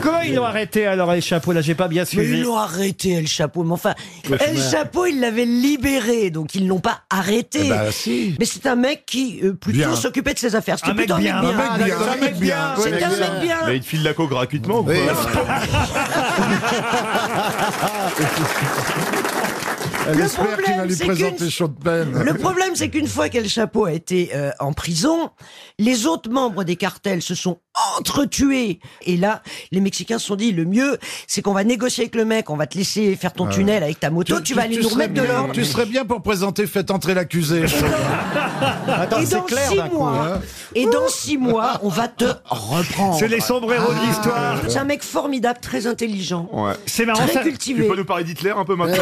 Comment ils l'ont arrêté alors, El Chapeau Là, j'ai pas bien Mais suivi. ils l'ont arrêté, El Chapeau. Mais enfin, Cauchemar. El Chapeau, ils l'avaient libéré, donc ils l'ont pas arrêté. Eh ben, si. Mais c'est un mec qui euh, Bien. plutôt s'occupait de ses affaires. C'était Un mec plutôt bien. un mec Un bien. mec bien. Un mec bien. C'était Ouais, un ça. mec bien. Mais il te file la co gratuitement ou quoi Oui. Elle Le espère qu'il va problème, lui c'est présenter qu'une- Chaudepen. Le problème, c'est qu'une fois qu'El Chapeau a été euh, en prison, les autres membres des cartels se sont entretués. Et là, les Mexicains se sont dit, le mieux, c'est qu'on va négocier avec le mec, on va te laisser faire Ah ton tunnel avec ta moto, tu, vas aller nous serais remettre de bien- l'ordre. Tu serais bien pour présenter Faites entrer l'accusé. Et dans six mois, et dans six mois, on va te reprendre. C'est les sombreros Ah. de l'histoire. C'est un mec formidable, très intelligent, Ouais. C'est marrant, très ça, Tu cultivé. peux nous parler d'Hitler un peu maintenant